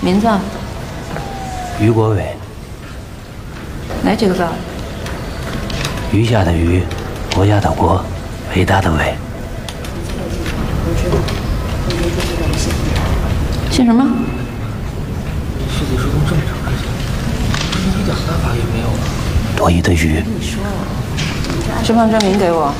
名字啊？于国伟，哪几个字啊？余下的余，国家的国，伟大的伟，姓什么？多余的余。身份证明给我。